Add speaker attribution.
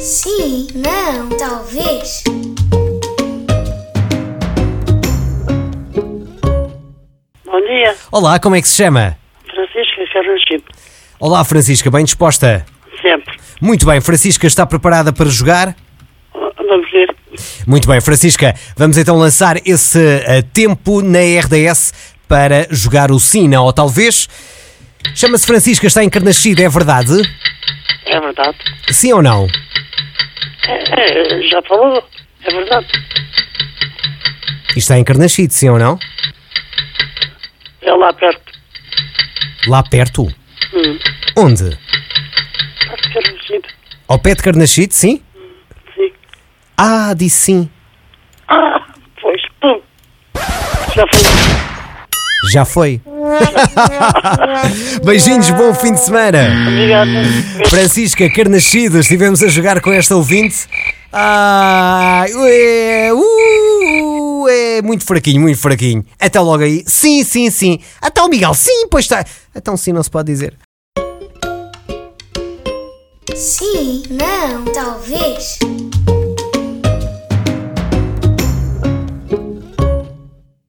Speaker 1: Sim, não, talvez.
Speaker 2: Bom dia,
Speaker 3: Olá, como é que se chama?
Speaker 2: Francisca Carlos Chip.
Speaker 3: Olá, Francisca, bem disposta?
Speaker 2: Sempre.
Speaker 3: Muito bem, Francisca está preparada para jogar?
Speaker 2: Ó, Vamos ver.
Speaker 3: Muito bem, Francisca, vamos então lançar esse eh, tempo na RDS para jogar o sim, não ou talvez. Chama-se Francisca, está encarnascida, é verdade?
Speaker 2: É verdade.
Speaker 3: Sim ou não?
Speaker 2: É, é, já falou. É verdade.
Speaker 3: E está encarnascido, sim ou não?
Speaker 2: É lá perto.
Speaker 3: Lá perto?
Speaker 2: Hum.
Speaker 3: Onde?
Speaker 2: Perto de Carlos Chip.
Speaker 3: Ao pé de Carnachide, sim?
Speaker 2: Sim.
Speaker 3: Ah, disse sim.
Speaker 2: Ah, pois. Pum. Já falou.
Speaker 3: Já foi. Beijinhos, bom fim de semana.
Speaker 2: Obrigada.
Speaker 3: Francisca Carnascido, estivemos a jogar com esta ouvinte. Ah, ué, uh, é muito fraquinho, muito fraquinho. Até logo aí. Sim, sim, sim. Então, Miguel, sim, pois está. Então, sim, não se pode dizer.
Speaker 1: Sim, não, talvez.